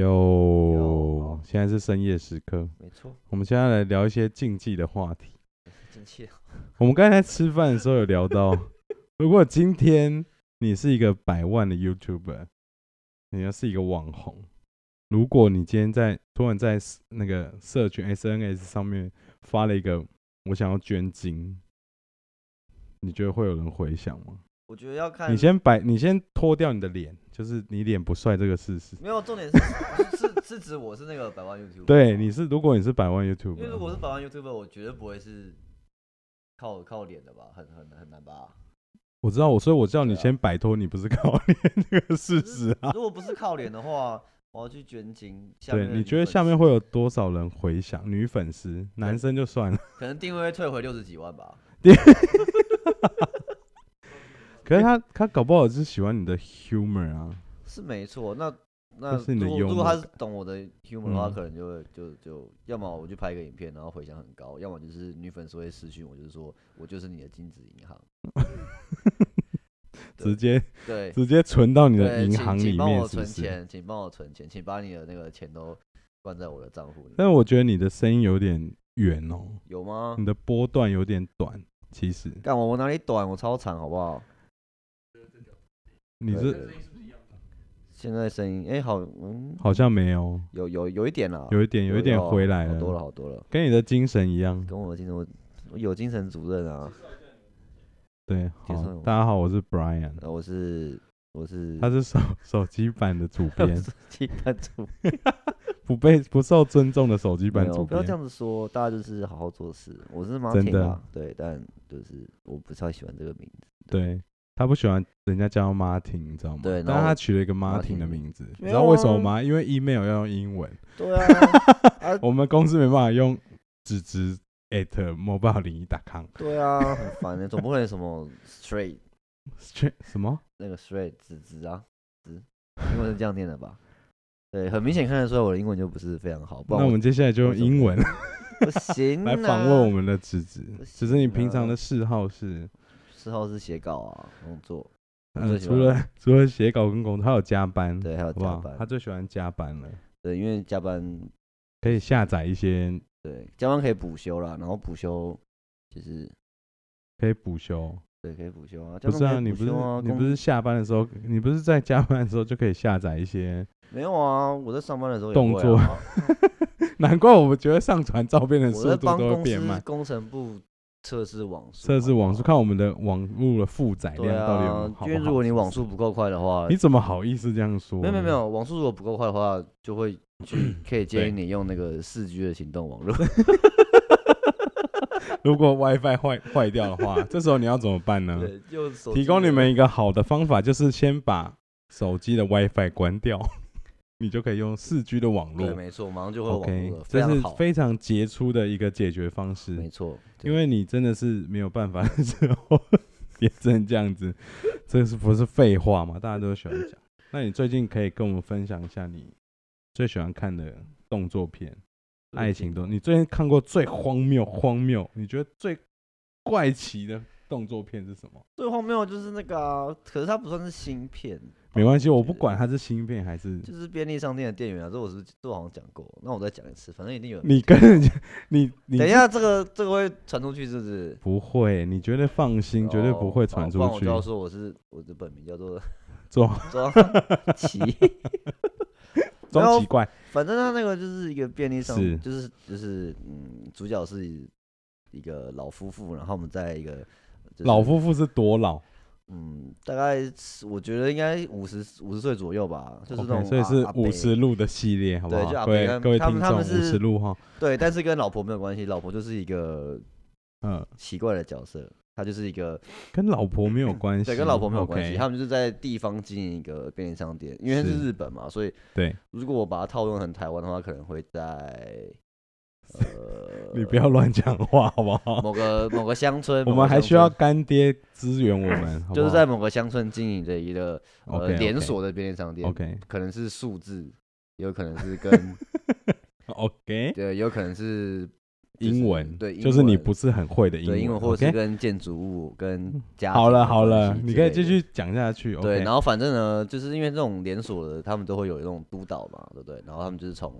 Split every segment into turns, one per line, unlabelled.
有
好，
现在是深夜时刻，
没错，
我们现在来聊一些禁忌的话题。
进去了。
我们刚才吃饭的时候有 聊到，如果今天你是一个百万的 YouTuber，你要是一个网红，如果你今天在突然在 s- 那个社群 SNS 上面发了一个“我想要捐精”，你觉得会有人回想吗？
我觉得要看
你先摆，你先脱掉你的脸，就是你脸不帅这个事实。
没有重点是 是是指我是那个百万 YouTube，
对，你是如果你是百万
因为如果
YouTuber，
是百万 YouTube，我绝对不会是靠靠脸的吧，很很很难吧。
我知道我，所以我叫你
对啊
先摆脱你不是靠脸 这个事实啊。
如果不是靠脸的话，我要去捐精。下
对，
面的
你
女
觉得
粉丝
下面会有多少人回想？女粉丝，男生就算了。
可能定位会退回六十几万吧？
可是他他搞不好就是喜欢你的 humor 啊。
是没错。那那
是你的
如果
幽
如果
默
他是懂我的 humor 的话，
嗯
可能就会就就要么我就拍一个影片，然后回响很高；要么就是女粉丝会私讯我，就是说我就是你的精子银行。对
直接
对，
直接存到你的
对
银
请
行
请
里
帮
面，
我
是不
存
是？
钱，请帮我存钱，请把你的那个钱都灌在我的账户里面。
但我觉得你的声音有点远哦，
有吗
你？的波段有点短。其实
干我我哪里短？我超长，好不好？
你
对
是
对现在声音哎、好，嗯，
好像没有，
有有有一点啦，
有一点有一点回来
好多了，
了，
好多了，
跟你的精神一样。
跟我精神我我有精神主任啊，
对，
介绍
好
一下，
大家好，我是 Brian，
呃我是我是
他是手手机版 的主编，
基本主
不被不受尊重的手机
没
版
有
主
不要这
编。
样子说，大家就是好好做事。我是
真
Martin
的
啊，对，但就是我不太喜欢这个名字，
对他不喜欢人家叫他 Martin，你知道吗？
对然
但
后
他取了一个 Martin
Martin
的名字，你
没
知道
有
为什么
啊
吗？因为 email 要用英文，
对啊，啊
我们公司没办法用纸质 at mobile 零一 com
对啊，很烦的、总不会什么 straight
去什么？
那个 straight 直直啊直，英文是这样念的吧？对，很明显看得出来我的英文就不是非常好，不
那
然
我
我
们接下来就用英文
不行、啊
来访问我。们的
嗯
纸质
不。
只是你
行
平常
啊
的嗜好是，
四号是写稿啊，工作，我
呃，
最喜
除
欢
了 除了写稿跟工作，还有加班，
对，还有
好不
加
好？他
班，
最喜欢加班了，
对，因为加班，
可以下载一些
对，加班可以补休啦，然后补休就是
可以补休，
对，可以补休啊，加
不是
班可
啊？
以
你
补
不是
休啊，
你
工
不是下班的时候，你不是在加班的时候就可以下载 一些？
没有啊，我在上班的时候也
动
会
作
啊
难怪我们觉得上传照片的
我
速
在
度
帮
都
公
会变
司
慢。
工程部测试网速，
测试
好不
网速，
好
看我们的网络的负载
对
量到底有没有
啊
好不好。，
因为如果你
是不
网
是
速不够快的话，
你怎么好意思这样说？
没有没有没，有，网速如果不够快的话，就 会去可以建
对
议你用那个四 G 的行动网络。
如果 WiFi 坏坏掉 的话，这时候你要怎么办呢？
对，用手
嗯提
机
供
的
你们一个好的方法，就是先把手机的 WiFi 关掉， 你就可以用四 G 的网
对，
络。
没错，马上就会有网
OK，
络了，非
这
常
是
好，
非常杰出的一个解决方
没
式，
错，对
因为你真的是没有办法 的时候，也只能这样子。这是不是废话嘛？大家都喜欢讲。那你最近可以跟我们分享一下你最喜欢看的动作片？爱情动，你最近看过最荒谬、荒谬，你觉得最怪奇的动作片是什么？
最荒谬的就是那个啊，可是它不算是芯片，
没关系，我不
就是
管它是芯片还是
就是便利商店的店员啊，这我是不是这我好像讲过，那我再讲一次，反正一定有人。
你跟人家，你你
等一下，这个这个会传出去是不是？
不会，你绝对放心，绝对不
哦
会传
好
出
不然我
去
就。要说我是我的本名叫做
装
庄 奇。然
装
后
奇怪，
反正他那个就是一个便利商，
是
就是就是嗯，主角是一个老夫妇，然后我们在一个、就是、
老夫妇是多老
嗯，大概是我觉得应该五十五十岁左右吧，就是那种
？OK，所以
阿
是
阿伯
五十路的系列，好不
对
好
就？阿
各
伯
位
跟
各位
他
听
们他
众，
们
五十
是
路哈，
对，但是跟老婆没有关系，老婆就是一个
嗯，
奇怪的角色，她就是一个
跟老婆没有关系，
对跟老婆没有关系，
OK，
他们就是在地方经营一个便利商店，因为它是
是
日本嘛，所以
对，
如果我把它套用成台湾的话，可能会在呃，
你不要乱讲话，好不好？
某个某个乡村，
我
某个
们还
乡
需要
村
干爹支援我们，好不
就是
好
在某个乡村经营着一个呃
OK，OK
连锁的便利商店
OK
可能是 数字，也有可能是跟
OK，
对，也有可能是就是
英文，
对英
就是你
文
不是很会的英文，
对英文或者是
OK？嗯
跟建筑物跟家
好
庭
了
的
好
关
了，
系
你
之
可以
类
继
的
续讲下去。
对，
OK，
然后反正呢，就是因为这种连锁的，他们都会有那种督导嘛，对不对？然后他们就是从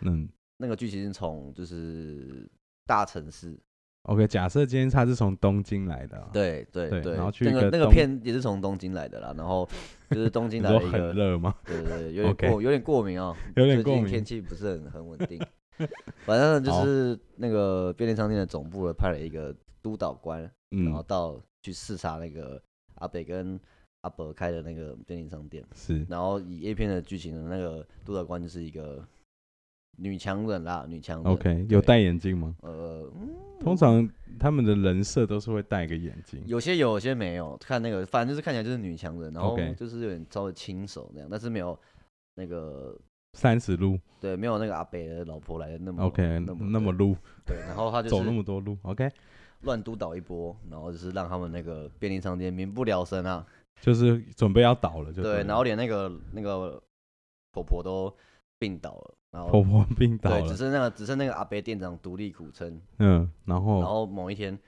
嗯
那个剧情是从就是大城市，
，OK，假设今天他是从东京来的啊，
对对
对
对，
然后去
那
一
个
个
那个
东
片也是从东京来的啦，然后就是东京
你
来了
说
一
很
个，
热吗？
对对对，有点
OK
过有点过敏啊，
有点
最
过
近
敏
天气不是很很稳定。 反正就
好
是那个便利商店的总部呢派了一个督导官，然后
嗯，
到去视察那个阿北跟阿伯开的那个便利商店。
是
然后以 A 片的剧情的那个督导官就是一个女强人啦，女强人。
OK，有
对
戴眼镜吗？
呃，嗯
通常他们的人设都是会戴个眼镜。
有些有，有些没有。看那个，反正就是看起来就是女强人，然后
OK
就是有点稍微轻手那样，但是没有那个
三十路
对，没有那个阿北的老婆来的那么
，OK，
嗯那么
那么路
对。对然后他就
走那
是
么多路，OK，
乱督导一波，然后就是让他们那个便利商店民不聊生啊。
就是准备要倒了，就
对，
了
然后连那个那个婆婆都病倒了，然后
婆婆病倒
对，
了
只，剩那个只剩那个阿北店长独立苦撑。
嗯，然
然
后
后某一天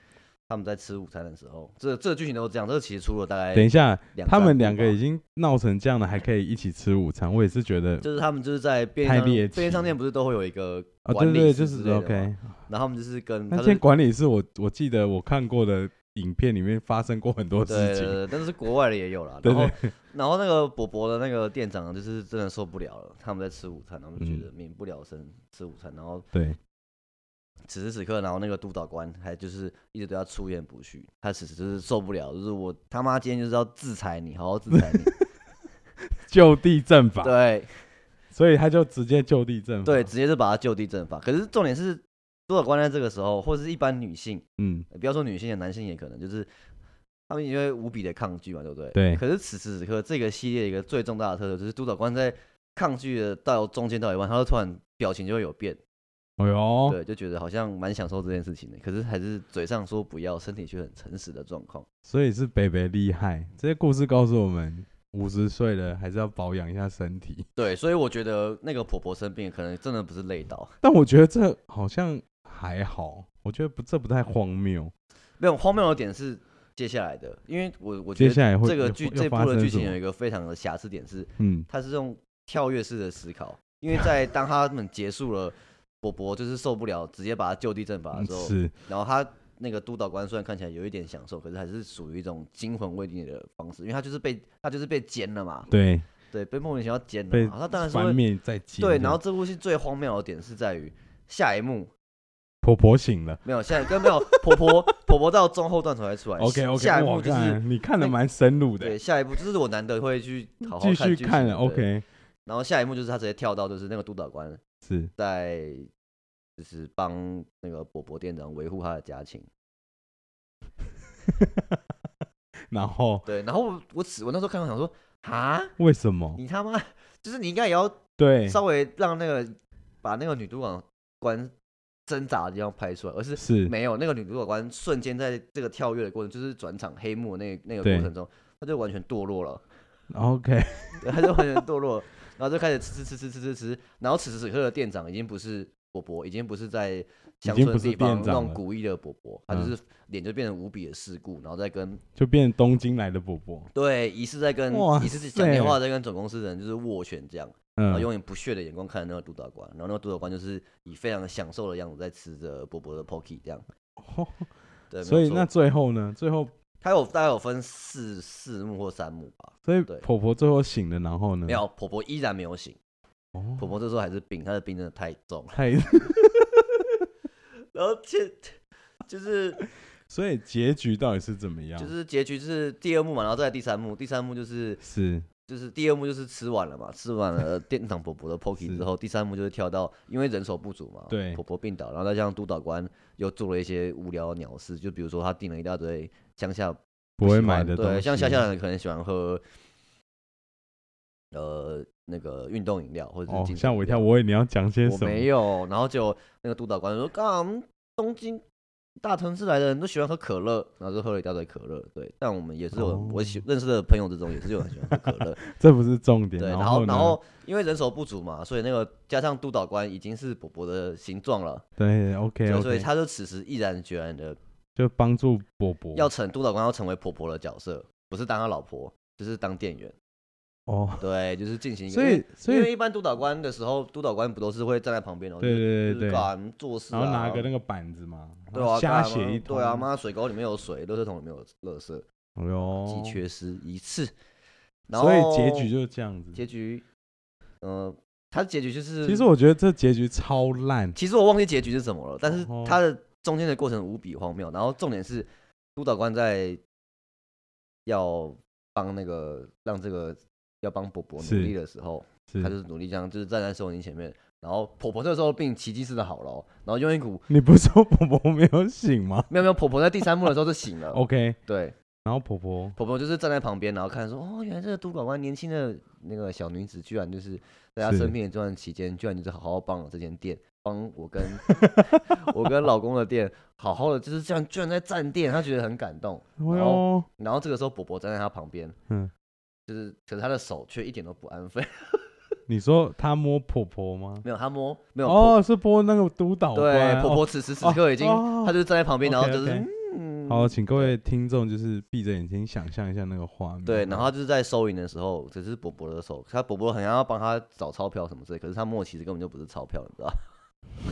他们在吃午餐的时候，这这剧情都是这样，这个其实出了大概
等一下，
两
他
站
们两
路吧
个已经闹成这样了，还可以一起吃午餐，我也是觉得，
就是他们就是在便利
太
商
猎奇
便利商店不是都会有一个
啊，
管
对
理
对，
室
就
之
是
类的嘛
OK，
然后他们就是跟他
那
就
间
是
管理是我我记得我看过的影片里面发生过很多
对
事
对
情，
对，但是国外的也有啦。
对
然后然后那个博博的那个店长就是真的受不了了，他们在吃午餐，他们就觉
嗯
得民不聊生吃午餐，然后
对，
此时此刻，然后那个督导官还就是一直对他出言不逊，他此时就是受不了，就是我他妈今天就是要制裁你，好好制裁 你。
就地正法，
对
所以他就直接就地正法，
对，，直接就把他就地正法。可是重点是，督导官在这个时候，或者是一般女性，
嗯，
呃不要说女性的，男性也可能就是他们因为无比的抗拒嘛，对不对？
对
可是此时此刻，这个系列一个最重大的特色就是督导官在抗拒的到中间到一半，他就突然表情就会有变，
哎呦，
对，就觉得好像蛮享受这件事情的。可是还是嘴上说不要，身体却很诚实的状况。
所以是北北厉害，这些故事告诉我们，五十岁了还是要保养一下身体，
对，所以我觉得那个婆婆生病，可能真的不是累到，
但我觉得这好像还好，我觉得不这不太荒谬，
没有荒谬的点是接下来的，因为我我觉
接
得
下来会
这个
又
剧
又
这部
发
的
生
剧
什
情有
么
一个非常的瑕疵点是，
嗯，
它是用跳跃式的思考，因为 在当他们结束了伯伯就是受不了，直接把他就地正法的时候，
是
然啊后他那个督导官虽然看起来有一点享受，可是还是属于一种惊魂未定的方式，因为他就是被他就是被奸了嘛，
对，
对，被莫名其妙奸了
被
嘛，他嗯当然是
反
会
面再接，
对，然后这部戏最荒谬的点是在于下一幕。
婆婆醒了。
没有，现在跟没有婆婆 婆婆到中后段才会出来。
OK OK，
下一幕就
看哎
是
你看的
那
蛮深入的
对，，下一步就是我难得会去好好
继
看
续
剧
看
情
了。
对
OK，
然后下一幕就是他直接跳到就是那个督导官
是
在就是帮那个伯伯店长维护他的家禽。
然后
对，然后我我此我那时候看到想说，啊，
为什么？
你他妈就是你应该也要
对，
稍微让那个把那个女督管官挣扎的地方拍出来，而是
是
没有那个女主角官瞬间在这个跳跃的过程，就是转场黑幕的那个那个
对
过程中，她就完全堕落了，
OK，
对她就完全堕落了，然后就开始吃吃吃吃吃吃吃，然后此时此刻的店长已经不是伯伯，已经不是在乡
经
村
不是
地方
店长
弄
了嗯
古意的伯伯，他就是脸就变成无比的世故，然后再跟
就变东京来的伯伯，
对疑似在跟
哇
疑似讲
塞
电话在跟总公司的人就是斡旋这样，然后
嗯，
哦用很不屑的眼光看着那个督导官，然后那个督导官就是以非常享受的样子在吃着伯伯的 pocky 这样，
哦
对，没有
所以
错
那最后呢？最后，
它有大概有分四四幕或三幕吧，
所以
对
婆婆最后醒了，然后呢？
没有婆婆依然没有醒，
哦，
婆婆这时候还是病，她的病真的太重了。
太，
然后结就是
所以结局到底是怎么样？
就是结局是第二幕嘛，然后再来第三幕，第三幕就是
是
就是第二幕就是吃完了嘛，吃完了呃店长婆婆的 pocky
是
之后，第三幕就是跳到因为人手不足嘛，
对
婆婆病倒，然后再加上督导官又做了一些无聊的鸟事，就比如说他订了一大堆乡下
不会
喜
买
欢
的东西，
对，像乡下人可能喜欢喝，呃，那个运动饮料或者是
哦，
精神
吓我
饮
一跳，
料
我以为你要讲些
我
什
没
么？
有。然后就那个督导官说：“干、啊，我们东京大城市来的人都喜欢喝可乐，然后就喝了一大堆可乐。对，但我们也是有、我喜
哦
认识的朋友之中也是有人喜欢喝可 乐。
这不是重点。
对，然
然
后
呢
然后因为人手不足嘛，所以那个加上督导官已经是伯伯的形状了，
对，OK
对，所以
OK，
他就此时毅然决然的
就帮助伯伯。
要成督导官要成为婆婆的角色，不是当他老婆，就是当店员。
哦，
对，就是进行一个。
所
因为
以所
因
以
为一般督导官的时候，督导官不都是会站在旁边哦，
对对
就
对
是
对，
干嘛做事、啊，
然后拿个那个板子嘛，
对
然后
啊，干
瞎
嘛
写一通。
对啊，妈，水沟里面有水，垃圾桶里面有垃圾，
哎呦，
即缺失一次。然后
所以结局就是这样子。
结局，呃，他的结局就是，
其实我觉得这结局超烂，
其实我忘记结局是什么了，但是
哦
他的中间的过程无比荒谬。然后重点是，督导官在要帮那个让这个要帮伯伯努
是
力的时候，
是
他就是努力这样，就是站在收银前面。然后婆婆这时候病奇迹似的好了哦、然后用一股
你不是说婆婆没有醒吗
没有没有，婆婆在第三幕的时候就醒 了。
？OK，
对，
然后婆婆
婆婆就是站在旁边，然后看说，哦，原来这个督管官年轻的那个小女子，居然就是在她
是
生病的这段期间，居然就是好好帮我这间店，帮我 跟我跟老公的店， 好好的就是这样，居然在站店，她觉得很感动。
哎呦，
然后这个时候，婆婆站在她旁边，
嗯，
就是可是她的手却一点都不安分，
你说她摸婆婆吗？
没有她摸，没有婆，
哦，是摸那个督导
对，
官。
婆
哦
婆此时此刻已经，
哦
她就站在旁边，然后
OK，
就是
OK
嗯，
哦好，请各位听众就是闭着眼睛想象一下那个画面。
对，然后他就是在收银的时候，只是伯伯的手，他伯伯很想要帮他找钞票什么之类，可是他摸其实根本就不是钞票，你知道吧？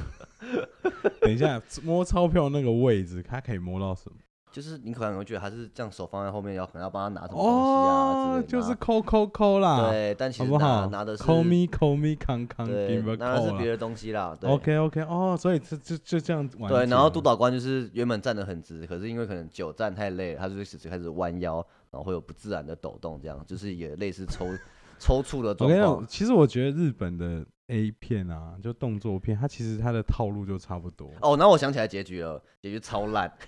等一下摸钞票那个位置，她可以摸到什么？
就是你可能会觉得他是这样手放在后面，要可能要帮他拿什么东西啊、
哦，
之类
就
的
是
啊。
抠抠抠啦，
对，但其
好
实
不
拿
好
拿的是
抠咪抠咪康康，
对，
give a
拿的是
call
别
啦。
的东西啦。对
OK OK，哦，所以这就就这样完结了。
对，然后督导官就是原本站得很直，可是因为可能久站太累了，他就是开始弯腰，然后会有不自然的抖动，这样就是也类似抽 抽搐的
我
状
跟你
况
讲，。其实我觉得日本的 A 片啊，就动作片，它其实它的套路就差不多。
哦，然后我想起来结局了，结局超烂。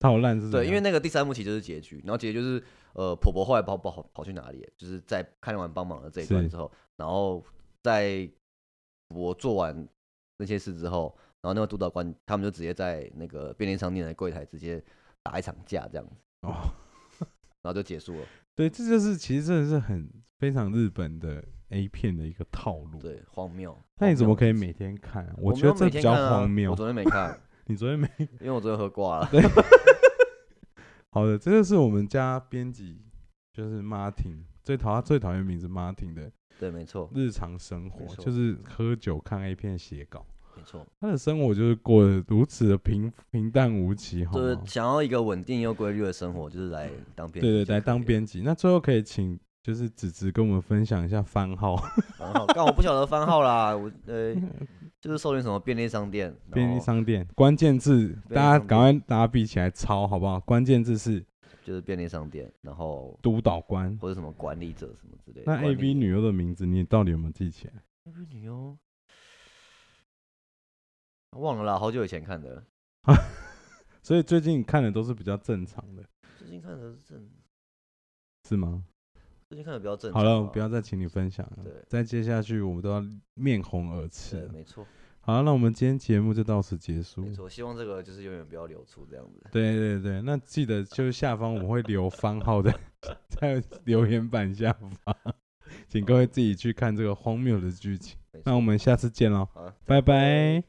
套烂是什么？
对，因为那个第三幕其实就是结局，然后结局就是呃，婆婆后来跑跑跑去哪里了？就是在看完帮忙的这一段
是
之后，然后在我做完那些事之后，然后那个督导官他们就直接在那个便利商店的柜台直接打一场架这样子，
哦，
然后就结束了。
对，这就是其实真的是很非常日本的 A 片的一个套路。，
对，荒谬。
那你
荒
怎么
谬
可以每天看啊？
我
觉
没
得
有
这
每
比
天
较
看啊
荒谬
我。昨天没看，
你昨天没
因为我昨天喝挂了。
好的，这就是我们家编辑就是 Martin 最讨他最讨厌名字 Martin 的
对，没错，
日常生活
没，错
就是喝酒、看 A 片、写稿。
没错，
他的生活就是过得如此的平平淡无奇，好
就是
吗？
想要一个稳定又规律的生活，就是来当编辑
对对，
就
来
可
当
以了，
编辑。那最后可以请就是子子跟我们分享一下番号、
然后但我不晓得番号啦，我呃。 就是搜寻什么便利商店，然
便利
后
商店关键字，
利
大家
商
赶快大家比起来抄好不好？关键字是
就是便利商店，然后
督导官。
或者什么管理者什么之类的。
那
管
A
理
V 女优的名字你到底有没有记起来？
A V 女优，忘了啦，好久以前看的，
所以最近看的都是比较正常的，
最近看的是正，
是吗？
最近看的比较正常
好
吧。
了，不要再请你分享了
对。
再接下去我们都要面红耳赤
对，
了。
没错
好了，那我们今天节目就到此结束
没。错，希望这个就是永远不要流出这样子。
对对对，那记得就是下方我们会留番号的， 在留言板下 方，请各位自己去看这个荒谬的剧情。
没
那
错，
我们下次见喽，
好，啊
拜拜。